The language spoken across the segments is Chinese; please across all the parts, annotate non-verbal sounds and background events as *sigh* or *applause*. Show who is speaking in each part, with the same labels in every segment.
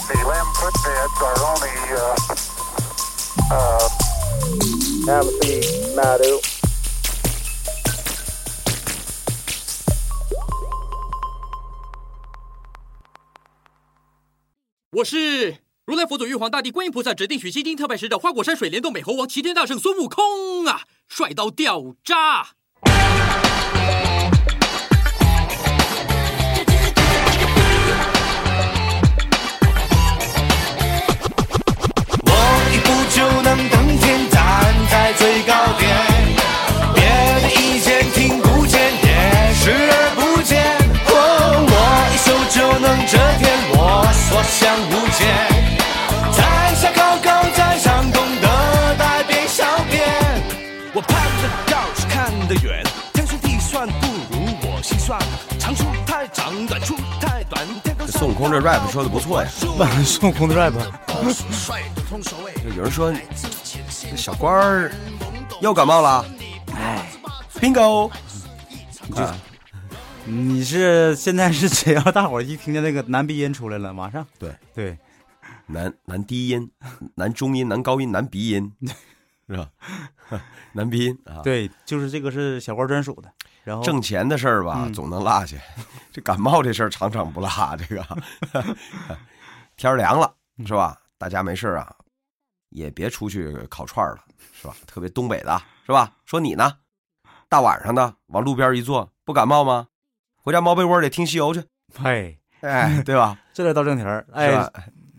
Speaker 1: quit bids are only, uh, uh, Amity Madu.
Speaker 2: 我是如来佛祖、玉皇大帝、观音菩萨指定取西经特派使者花果山水帘洞美猴王、齐天大圣孙悟空啊，帅到掉渣！
Speaker 3: 我一步就能登天，站在最高点，别的意见听不见，也视而不见。哦，我一手就能遮天，我所向无前。在下高高在上，懂得百变小变。我攀得高，却看得远，天算地算不如我心算，长处太长，短处太短。天高
Speaker 4: 孙悟空这 rap 说的不错呀，
Speaker 5: 孙悟空 *laughs* 的 rap，
Speaker 4: 有人说这小官儿又感冒了，哎，bingo，啊，
Speaker 5: 你是现在是只要大伙儿一听见那个男鼻音出来了，马上
Speaker 4: 对
Speaker 5: 对，
Speaker 4: 男男低音、男中音、男高音、男鼻音，是吧？ *laughs* 男鼻音啊，
Speaker 5: 对，就是这个是小官专属的。然后
Speaker 4: 挣钱的事儿吧，总能落下。这感冒这事儿常常不落，这个天儿凉了是吧？大家没事儿啊，也别出去烤串儿了，是吧？特别东北的，是吧？说你呢，大晚上的往路边一坐，不感冒吗？回家猫被窝里听西游去，
Speaker 5: 哎，
Speaker 4: 哎，对吧？
Speaker 5: 这来到正题儿，
Speaker 4: 是
Speaker 5: *laughs* 哎
Speaker 4: 吧，？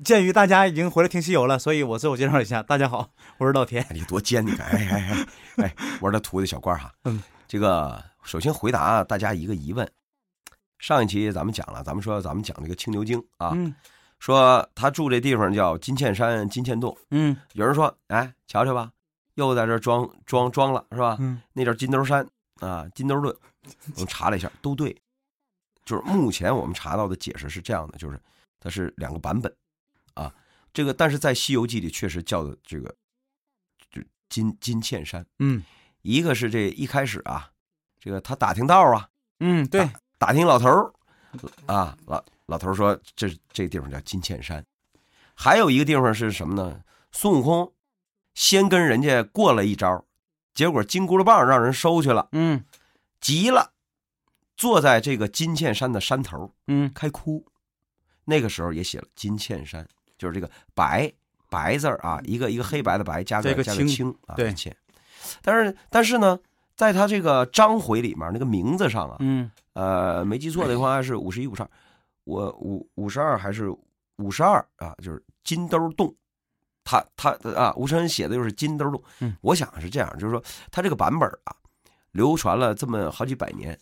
Speaker 5: 鉴于大家已经回来听西游了，所以我自我介绍一下，大家好，我是老田。
Speaker 4: 你多尖，你看，哎哎哎哎，我是他徒弟小官儿哈。
Speaker 5: 嗯，
Speaker 4: *laughs* 这个首先回答大家一个疑问，上一期咱们讲了，咱们说咱们讲这个青牛精啊，
Speaker 5: 嗯
Speaker 4: 说他住这地方叫金嵌山金嵌洞，
Speaker 5: 嗯
Speaker 4: 有人说，哎，瞧瞧吧，又在这儿装装装了是吧？
Speaker 5: 嗯，
Speaker 4: 那叫金兜山啊，金兜论。我们查了一下，都对。就是目前我们查到的解释是这样的，就是它是两个版本啊。这个但是在《西游记》里确实叫的这个就金金嵌山，
Speaker 5: 嗯
Speaker 4: 一个是这一开始啊，这个他打听道啊，
Speaker 5: 嗯，对，
Speaker 4: 打听老头儿啊，老老头儿说这这地方叫金嵌山，还有一个地方是什么呢？孙悟空先跟人家过了一招，结果金箍棒棒让人收去了，
Speaker 5: 嗯
Speaker 4: 急了，坐在这个金嵌山的山头
Speaker 5: 嗯
Speaker 4: 开哭。那个时候也写了金嵌山，就是这个白白字儿啊，一个一个黑白的白加个
Speaker 5: 这个
Speaker 4: 加个
Speaker 5: 青
Speaker 4: 青啊，
Speaker 5: 对
Speaker 4: 嵌。但是但是呢，在他这个章回里面那个名字上啊，
Speaker 5: 嗯，
Speaker 4: 呃，没记错的话是五十一、五十二，我五五十二还是五十二啊？就是金兜洞，他他啊，吴承恩写的就是金兜洞。
Speaker 5: 嗯
Speaker 4: 我想是这样，就是说他这个版本啊，流传了这么好几百年，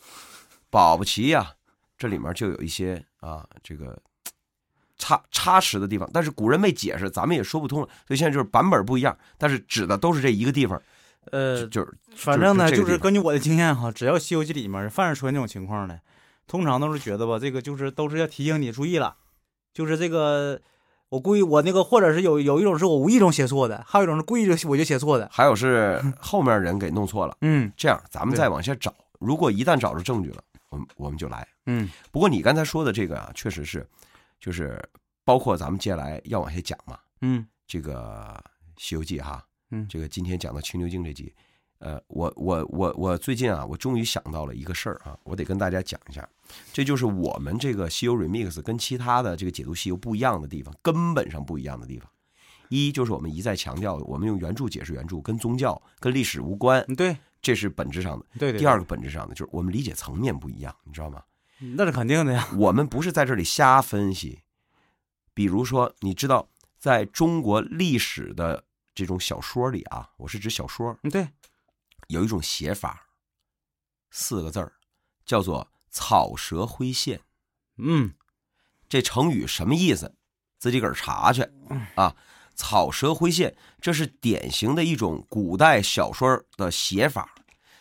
Speaker 4: 保不齐呀、这里面就有一些啊，这个差差池的地方。但是古人没解释，咱们也说不通了，所以现在就是版本不一样，但是指的都是这一个地方，就
Speaker 5: 呃，
Speaker 4: 就是
Speaker 5: 反正呢，
Speaker 4: 就就
Speaker 5: 就
Speaker 4: 这个地
Speaker 5: 是
Speaker 4: 方
Speaker 5: 根据我的经验哈，只要《西游记》里面凡是出现这种情况的，通常都是觉得吧，这个就是都是要提醒你注意了，就是这个我故意我那个，或者是有有一种是我无意中写错的，还有一种是故意就我就写错的。
Speaker 4: 还有是后面人给弄错了。
Speaker 5: 嗯
Speaker 4: 这样，咱们
Speaker 5: 对
Speaker 4: 再往下找。如果一旦找着证据了，我们我们就来。
Speaker 5: 嗯
Speaker 4: 不过你刚才说的这个啊，确实是，就是包括咱们接下来要往下讲嘛，
Speaker 5: 嗯
Speaker 4: 这个《西游记》哈，
Speaker 5: 嗯
Speaker 4: 这个今天讲到青牛精这集，呃，我我我我最近啊，我终于想到了一个事儿啊，我得跟大家讲一下，这就是我们这个《西游 Remix》跟其他的这个解读《西游》不一样的地方，根本上不一样的地方。一就是我们一再强调的，我们用原著解释原著，跟宗教、跟历史无关，
Speaker 5: 对
Speaker 4: 这是本质上的。
Speaker 5: 对对，
Speaker 4: 第二个本质上的就是我们理解层面不一样，你知道吗？
Speaker 5: 那是肯定的呀。
Speaker 4: 我们不是在这里瞎分析。比如说，你知道，在中国历史的这种小说里啊，我是指小说，
Speaker 5: 嗯对，
Speaker 4: 有一种写法，四个字儿，叫做“草蛇灰线”。
Speaker 5: 嗯
Speaker 4: 这成语什么意思？自己个儿查去啊。草蛇灰线，这是典型的一种古代小说的写法，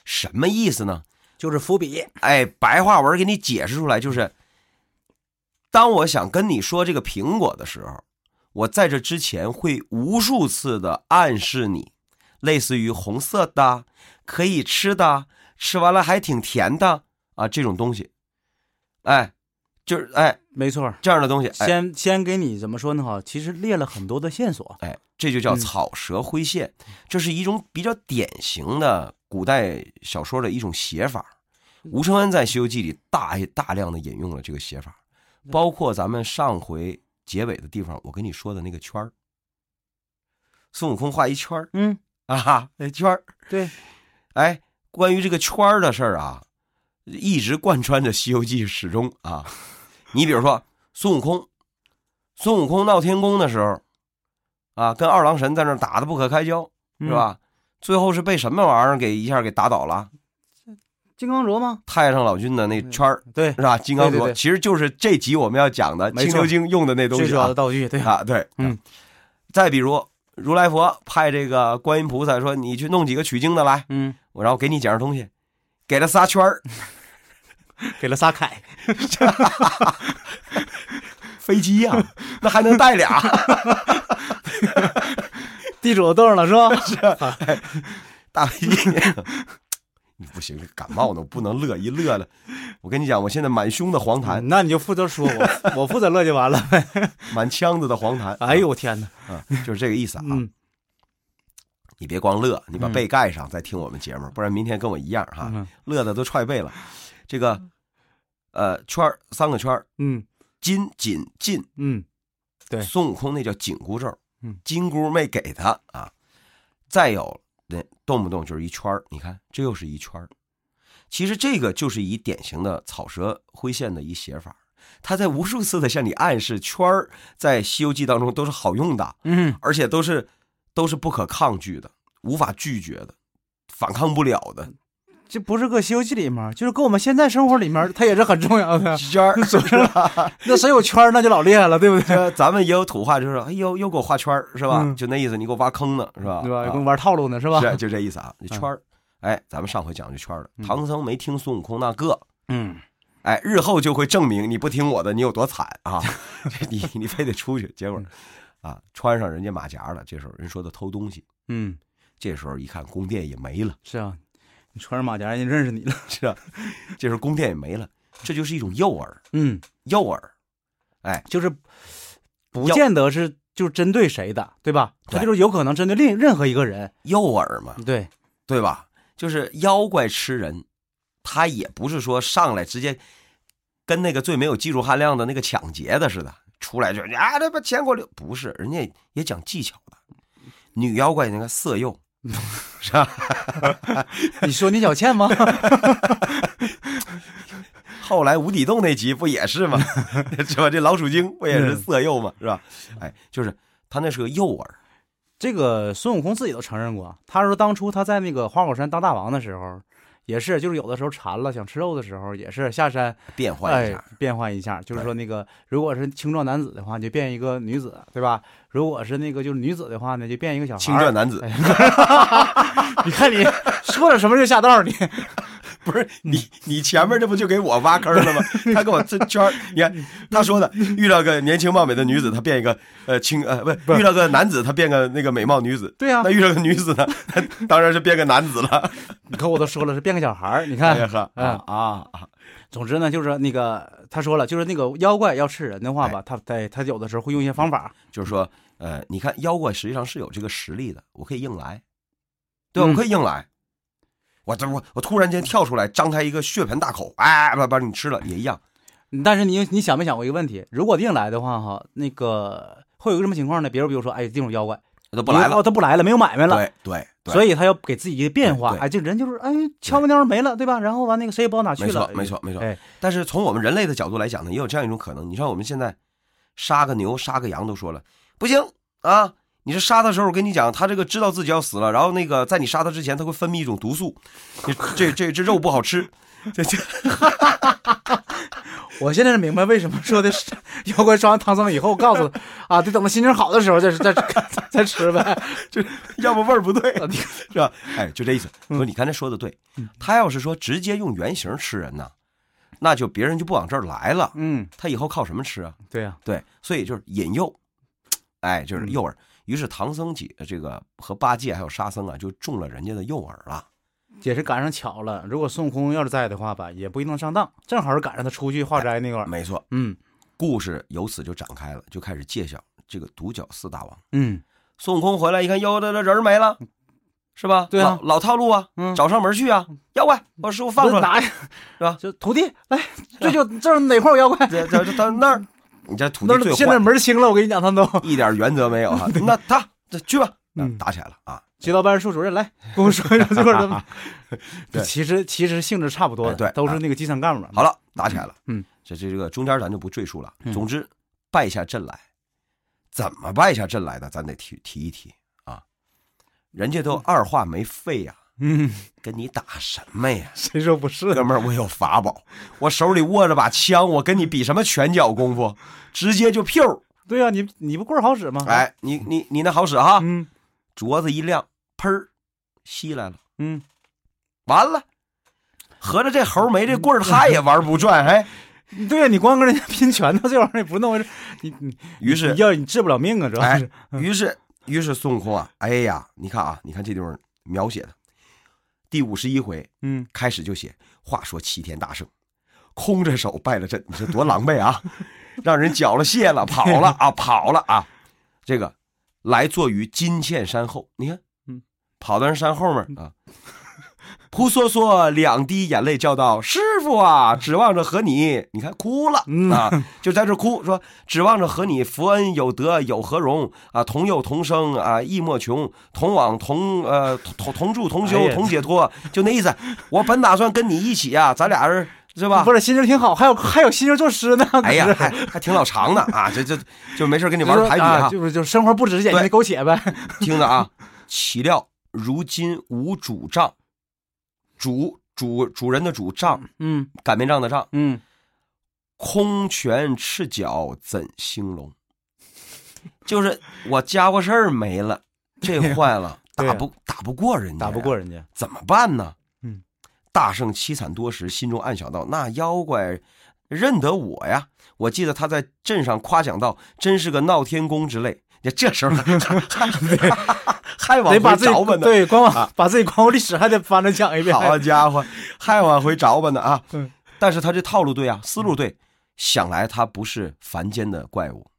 Speaker 4: 什么意思呢？
Speaker 5: 就是伏笔。
Speaker 4: 哎，白话文给你解释出来，就是当我想跟你说这个苹果的时候，我在这之前会无数次的暗示你，类似于红色的可以吃的，吃完了还挺甜的啊这种东西，哎，就是哎
Speaker 5: 没错儿，
Speaker 4: 这样的东西，哎
Speaker 5: 先先给你怎么说呢？哈，其实列了很多的线索，
Speaker 4: 哎，这就叫
Speaker 5: 嗯
Speaker 4: 草蛇灰线，这是一种比较典型的古代小说的一种写法。吴承恩在《西游记》里大大量的引用了这个写法，包括咱们上回结尾的地方，我跟你说的那个圈儿，孙悟空画一圈儿
Speaker 5: 嗯，
Speaker 4: 啊哈，那圈儿，
Speaker 5: 对，
Speaker 4: 哎，关于这个圈儿的事儿啊，一直贯穿着《西游记》始终
Speaker 5: *laughs*
Speaker 4: 啊。你比如说孙悟空，孙悟空闹天宫的时候，啊，跟二郎神在那儿打的不可开交，
Speaker 5: 嗯
Speaker 4: 是？吧？最后是被什么玩意儿给一下给打倒了？
Speaker 5: 金刚镯吗？
Speaker 4: 太上老君的那圈儿
Speaker 5: 对
Speaker 4: 是，吧？金刚
Speaker 5: 嗯对对
Speaker 4: 镯
Speaker 5: 对
Speaker 4: 其实就是这集我们要讲的《
Speaker 5: 没错
Speaker 4: 青牛经》用的那东
Speaker 5: 最
Speaker 4: 西
Speaker 5: 主要
Speaker 4: 啊
Speaker 5: 的道具，对，
Speaker 4: *laughs* 啊，对，
Speaker 5: 嗯。
Speaker 4: 再比如如来佛派这个观音菩萨说：“你去弄几个取经的来，
Speaker 5: 嗯，
Speaker 4: 我然后给你讲样东西。”给了仨圈儿，
Speaker 5: 给了仨凯，
Speaker 4: 飞机呀、
Speaker 5: *laughs*
Speaker 4: 那还能带俩？
Speaker 5: 地主都上了是吧？
Speaker 4: 大飞机， *laughs* 你不行，感冒呢，我不能乐一乐了。我跟你讲，我现在满胸的黄
Speaker 5: 啊
Speaker 4: 痰，
Speaker 5: 那你就负责说，我 *laughs* 我负责乐就完了呗。
Speaker 4: 满腔子的黄痰。
Speaker 5: 哎呦，我天哪！
Speaker 4: 啊，就是这个意思啊。
Speaker 5: 嗯
Speaker 4: 你别光乐，你把被盖上再听我们节目，不然明天跟我一样哈，
Speaker 5: 嗯
Speaker 4: 乐的都踹背了。这个，呃，圈儿三个圈儿，
Speaker 5: 嗯
Speaker 4: 金紧进，
Speaker 5: 嗯，对
Speaker 4: 孙悟空那叫紧箍咒，
Speaker 5: 嗯
Speaker 4: 金箍没给他啊。再有那动不动就是一圈儿，你看这又是一圈儿。其实这个就是以典型的草蛇灰线的一写法，他在无数次的向你暗示圈儿在《西游记》当中都是好用的，
Speaker 5: 嗯，
Speaker 4: 而且都是都是不可抗拒的、无法拒绝的、反抗不了的。
Speaker 5: 这不是搁《西游记》里面，就是搁我们现在生活里面，它也是很重要的。
Speaker 4: 圈儿，是吧？
Speaker 5: 那谁有圈儿，那就老厉害了，对不对？
Speaker 4: 这咱们也有土话，就是哎呦，又给我画圈儿，是吧？
Speaker 5: 嗯
Speaker 4: 就那意思，你给我挖坑呢，是吧？
Speaker 5: 对吧？
Speaker 4: 啊
Speaker 5: 有跟玩套路呢，是吧？
Speaker 4: 是就这意思啊。这圈儿，哎，咱们上回讲这圈儿了。唐僧没听孙悟空那个，
Speaker 5: 嗯，
Speaker 4: 哎，日后就会证明你不听我的，你有多惨
Speaker 5: *laughs*
Speaker 4: 啊！这你你非得出去，
Speaker 5: 嗯
Speaker 4: 结果啊，穿上人家马甲了。这时候人说他偷东西，
Speaker 5: 嗯，
Speaker 4: 这时候一看宫殿也没了，
Speaker 5: 是啊，你穿上马甲，人家认识你了。
Speaker 4: 是吧？这时候宫殿也没了，这就是一种诱饵，
Speaker 5: 嗯，
Speaker 4: 诱饵。
Speaker 5: *laughs* 就是不
Speaker 4: 要
Speaker 5: 见得是就是针对谁的，对吧？他
Speaker 4: 对
Speaker 5: 就是有可能针对另任何一个人。
Speaker 4: 诱饵嘛，
Speaker 5: 对，
Speaker 4: 对吧？就是妖怪吃人，他也不是说上来直接跟那个最没有技术含量的那个抢劫的似的，出来就啊，这不钱给我留，不是，人家也讲技巧的。女妖怪那个色诱，是吧？
Speaker 5: 你说你小倩吗？
Speaker 4: 后来无底洞那集不也是吗？ *laughs* 是吧？这老鼠精不也是色诱吗？是吧？哎，就是他那是个诱饵，
Speaker 5: 这个孙悟空自己都承认过，他说当初他在那个花果山当大王的时候，也是就是有的时候馋了想吃肉的时候，也是下山
Speaker 4: 变换一下，
Speaker 5: 哎、变换一下，就是说那个如果是青壮男子的话，你就变一个女子，对吧？如果是那个就是女子的话呢，就变一个小孩。
Speaker 4: 青壮，男子、
Speaker 5: 你看你 *laughs* 说点什么就下道儿你。
Speaker 4: 不是你，你前面这不就给我挖坑了吗？他给我这圈儿，你 *laughs* 看他说的，遇到个年轻貌美的女子，他变一个呃青呃不是，遇到个男子，他变个那个美貌女子。
Speaker 5: 对啊
Speaker 4: 那遇到个女子呢，他当然是变个男子了。
Speaker 5: 你看我都说了是变个小孩儿，你
Speaker 4: *laughs* 哎
Speaker 5: 看。
Speaker 4: 呀呵
Speaker 5: 哎
Speaker 4: 啊啊啊！
Speaker 5: 总之呢，就是那个他说了，就是那个妖怪要吃人的
Speaker 4: 哎
Speaker 5: 话吧，他对他有的时候会用一些方法。
Speaker 4: 就是说，呃，你看妖怪实际上是有这个实力的，我可以硬来，对吧？
Speaker 5: 嗯
Speaker 4: 我可以硬来。我这我我突然间跳出来，张开一个血盆大口，哎，把把你吃了也一样。
Speaker 5: 嗯但是你你想没想过一个问题？如果硬来的话，哈，那个会有一个什么情况呢？比如比如说，哎，这种妖怪
Speaker 4: 都不来
Speaker 5: 哦，
Speaker 4: 了，
Speaker 5: 他不来了，没有买卖了，
Speaker 4: 对对对，
Speaker 5: 所以他要给自己一个变化
Speaker 4: 对。对
Speaker 5: 哎，这人就是哎，悄没蔫儿没了，对吧？然后完那个谁也不知道哪去
Speaker 4: 没错
Speaker 5: 了。
Speaker 4: 没错没错
Speaker 5: 哎，
Speaker 4: 但是从我们人类的角度来讲呢，也有这样一种可能。你像我们现在杀个牛、杀个羊都说了不行啊，你是杀的时候，我跟你讲，它这个知道自己要死了，然后那个在你杀它之前，它会分泌一种毒素，这这这这肉不好吃。这这
Speaker 5: 我现在是明白为什么说的是妖怪抓完唐僧以后，告诉他啊，得等他心情好的时候再再再吃 *laughs* 呗。啊
Speaker 4: 要不味儿不对，是吧？哎，就这意思。说你刚才说的对，他要是说直接用原形吃人呢，那就别人就不往这儿来了，
Speaker 5: 嗯，
Speaker 4: 他以后靠什么吃啊？
Speaker 5: 对呀、
Speaker 4: 对，所以就是引诱，哎，就是诱呃饵。于是唐僧几这个和八戒还有沙僧啊，就中了人家的诱饵了。
Speaker 5: 也是赶上巧了。如果孙悟空要是在的话吧，也不一定能上当，正好是赶上他出去化斋那块儿。
Speaker 4: 没错，
Speaker 5: 嗯
Speaker 4: 故事由此就展开了，就开始介绍这个独角四大王。
Speaker 5: 嗯
Speaker 4: 孙悟空回来一看，哟，这这人儿没了，是吧？
Speaker 5: 对啊
Speaker 4: 老老套路啊，
Speaker 5: 嗯，
Speaker 4: 找上门去啊！妖怪，把师傅放出来，
Speaker 5: 拿呀，
Speaker 4: 是吧
Speaker 5: 就徒弟来，这就这是哪块儿有妖怪？
Speaker 4: 这这这到那儿，你这徒弟
Speaker 5: 嗯那
Speaker 4: 最
Speaker 5: 是现在
Speaker 4: 坏，
Speaker 5: 门儿清了，我跟你讲，他们
Speaker 4: *laughs*
Speaker 5: 都
Speaker 4: 一点原则没
Speaker 5: *laughs*
Speaker 4: 有啊。那他这去吧，那
Speaker 5: 嗯
Speaker 4: 打起来了啊！
Speaker 5: 街道办事处主任来跟我说一下这块儿怎么
Speaker 4: *laughs* 对。
Speaker 5: 其实其实性质差不多的，
Speaker 4: 哎对
Speaker 5: 都是那个基层干部。
Speaker 4: *laughs* 好，了，打起来了。
Speaker 5: 嗯，
Speaker 4: 这这这个中间咱就不赘述了。
Speaker 5: 嗯
Speaker 4: 总之，败下阵来，怎么败下阵来的，咱得提提一提啊。人家都二话没费呀、
Speaker 5: 嗯，
Speaker 4: 跟你打什么呀？
Speaker 5: 谁说不
Speaker 4: *laughs*
Speaker 5: 是？
Speaker 4: 哥们儿，我有法宝，我手里握着把枪，我跟你比什么拳脚功夫？直接就 Q！
Speaker 5: 对啊，你你不棍儿好使吗？，
Speaker 4: 哎，你你你那好使哈，
Speaker 5: 嗯
Speaker 4: 镯子一亮，喷儿吸来了，
Speaker 5: 嗯，
Speaker 4: 完了，合着这猴没这棍儿他也玩不转，
Speaker 5: *laughs*
Speaker 4: 哎，
Speaker 5: 对啊，你光跟人家拼拳头这玩意儿也不弄，你你
Speaker 4: 于是
Speaker 5: 你要你治不了命啊，主要
Speaker 4: 哎
Speaker 5: 是。
Speaker 4: 于是，于是孙悟空啊，哎呀，你看啊，你看这地方描写的第五十一回
Speaker 5: 嗯，
Speaker 4: 开始就写，话说齐天大圣，空着手败了阵，你这多狼狈啊！ *laughs* 让人缴了械了，跑了啊，跑了啊！这个来坐于金堑山后，你看，
Speaker 5: 嗯，
Speaker 4: 跑到人山后面啊，扑簌簌两滴眼泪叫道：“师傅啊，指望着和你，你看哭了
Speaker 5: 嗯
Speaker 4: 啊，就在这哭说，指望着和你福恩有德有何容啊，同幼同生啊，义莫穷，同往同呃同同住同
Speaker 5: 哎
Speaker 4: 修
Speaker 5: 呀
Speaker 4: 同解脱，就那意思。我本打算跟你一起啊，咱俩人是吧？
Speaker 5: 不是心情挺好，还有还有心情作诗呢。
Speaker 4: 哎呀
Speaker 5: 可，是
Speaker 4: 还还挺老长的啊，这这就没事跟你
Speaker 5: 就
Speaker 4: 玩
Speaker 5: 是
Speaker 4: 排比
Speaker 5: 啊，
Speaker 4: 啊，
Speaker 5: 就是就是生活不止眼前的
Speaker 4: 对
Speaker 5: 苟且呗。
Speaker 4: 听着啊。岂料如今无主杖，主主主人的主杖，
Speaker 5: 嗯
Speaker 4: 擀面杖的杖，
Speaker 5: 嗯，
Speaker 4: 空拳赤脚怎兴隆？就是我家伙事儿没了，这坏了，
Speaker 5: 对呀
Speaker 4: 打不打不过人家，
Speaker 5: 打不过，人家。
Speaker 4: 怎么办呢？
Speaker 5: 嗯，
Speaker 4: 大圣凄惨多时，心中暗想到：那妖怪认得我呀！我记得他在镇上夸奖道：“真是个闹天宫之类。”这时候 *laughs* 还往
Speaker 5: 得把
Speaker 4: 回
Speaker 5: 自己
Speaker 4: 找吧呢，啊
Speaker 5: 对光往 *laughs* 把自己光复历史还得翻着讲一遍。
Speaker 4: 好啊家伙，还往回找吧呢啊
Speaker 5: 嗯！
Speaker 4: 但是他这套路对啊，思路对，想来他不是凡间的怪物，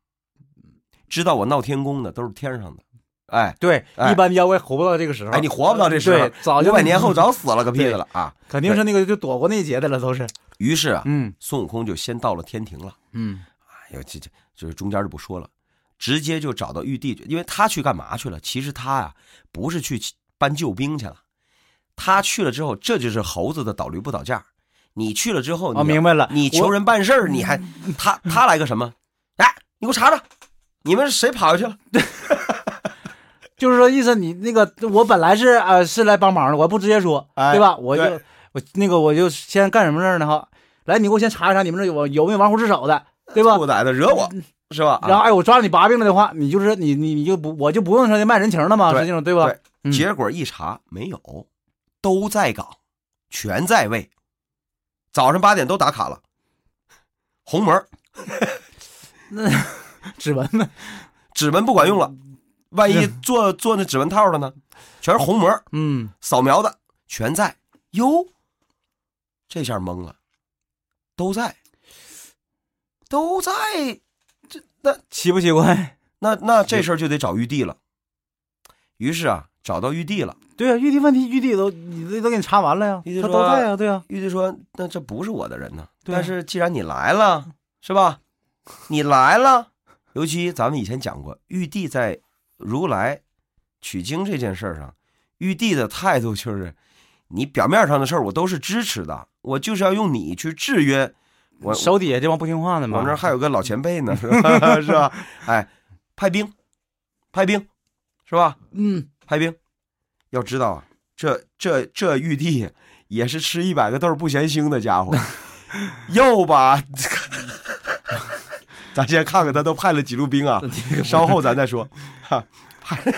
Speaker 4: 知道我闹天宫的都是天上的，哎
Speaker 5: 对，
Speaker 4: 哎
Speaker 5: 一般妖怪活不到这个时候。
Speaker 4: 哎，你活不到这时候
Speaker 5: 对，早就
Speaker 4: 五百年
Speaker 5: *laughs*
Speaker 4: 后早死了个屁
Speaker 5: 对
Speaker 4: 的了啊！
Speaker 5: 肯定是那个就躲过那一劫的了，都是。
Speaker 4: 于是啊，
Speaker 5: 嗯
Speaker 4: 孙悟空就先到了天庭了。
Speaker 5: 嗯
Speaker 4: 哎呦，这这就是中间就不说了，直接就找到玉帝，因为他去干嘛去了？其实他呀、不是去搬救兵去了，他去了之后，这就是猴子的倒驴不倒架。你去了之后，你
Speaker 5: 哦明白了
Speaker 4: 你求
Speaker 5: 我嗯
Speaker 4: 人办事儿，你还 *laughs* 他他来个什么？哎，你给我查查，你们谁跑下去了？
Speaker 5: 就是说意思你那个我本来是呃是来帮忙的，我不直接说，
Speaker 4: 哎
Speaker 5: 对吧？我就
Speaker 4: 对
Speaker 5: 我那个我就先干什么事儿呢？哈，来你给我先查一查你们这有有没有玩忽职守的，对吧？嗯
Speaker 4: 兔崽子惹我是吧？啊
Speaker 5: 然后哎我抓着你把柄了的话，你就是你你你就不我就不用说那卖人情了嘛，
Speaker 4: 对
Speaker 5: 实际上对吧
Speaker 4: 对？
Speaker 5: 嗯
Speaker 4: 结果一查没有，都在岗，全在位，早上八点都打卡了，红门儿
Speaker 5: 指纹呢？
Speaker 4: 指纹不管用了，万一做做那指纹套的呢？全是虹膜
Speaker 5: 嗯，
Speaker 4: 扫描的，全在。哟，这下懵了，都在，都在。
Speaker 5: 奇不奇怪？
Speaker 4: 那那这事儿就得找玉帝了。于是啊，找到玉帝了。
Speaker 5: 对啊，玉帝问题玉帝都你都都给你查完了呀
Speaker 4: 玉帝，
Speaker 5: 他
Speaker 4: 说
Speaker 5: 都在呀，对啊，
Speaker 4: 玉帝说：“那这不是我的人呢，
Speaker 5: 对啊
Speaker 4: 但是既然你来了，是吧？你来了，尤其咱们以前讲过，玉帝在如来取经这件事儿上，玉帝的态度就是，你表面上的事儿我都是支持的，我就是要用你去制约我。
Speaker 5: 手底下这帮不听话的
Speaker 4: 我
Speaker 5: 嘛，
Speaker 4: 们这儿还有个老前辈呢，是吧？
Speaker 5: *laughs*
Speaker 4: *laughs* 是吧？哎，派兵，派兵，是吧？
Speaker 5: 嗯，
Speaker 4: 派兵。要知道啊，这这这玉帝也是吃一百个豆不嫌腥的家
Speaker 5: *laughs*
Speaker 4: 伙，又把， *laughs* 咱先看看他都派了几路兵啊，稍后咱再说。哈，派， *laughs*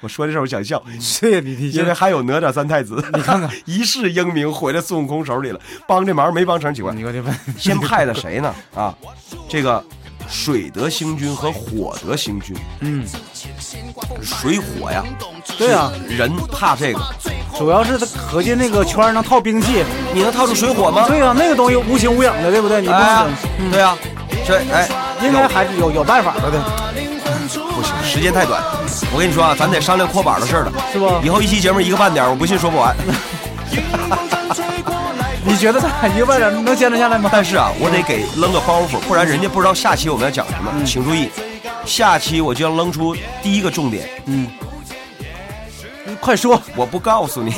Speaker 4: 我说这事儿我想笑， *laughs*
Speaker 5: 对，你你
Speaker 4: 因为还有哪吒三太子，你
Speaker 5: 嗯看看
Speaker 4: *laughs* 一世英名毁在孙悟空手里了，帮这忙没帮成，奇怪。
Speaker 5: 你给我就问，
Speaker 4: 先派的谁呢？啊，这个水得星君和火得星君，
Speaker 5: 嗯，
Speaker 4: 水火呀，
Speaker 5: 对啊，
Speaker 4: 人怕这个，
Speaker 5: 主要是他合计那个圈儿能套兵器，
Speaker 4: 你能套出水火吗？
Speaker 5: 对啊，那个东西无形无影的，对不对？你不
Speaker 4: 哎
Speaker 5: 能，，
Speaker 4: 对呀，这哎，
Speaker 5: 嗯应该还是有有办法的，对，
Speaker 4: 不行，时间太短，我跟你说啊，咱得商量扩板的事儿了。
Speaker 5: 是不？
Speaker 4: 以后一期节目一个半点儿，我不信说不完。
Speaker 5: 你觉得咱俩一个半点能坚持下来吗？
Speaker 4: 但是啊，我得给扔个包袱，不然人家不知道下期我们要讲什
Speaker 5: 嗯
Speaker 4: 么。请注意，下期我就要扔出第一个重点，
Speaker 5: 快说，
Speaker 4: 我不告诉你。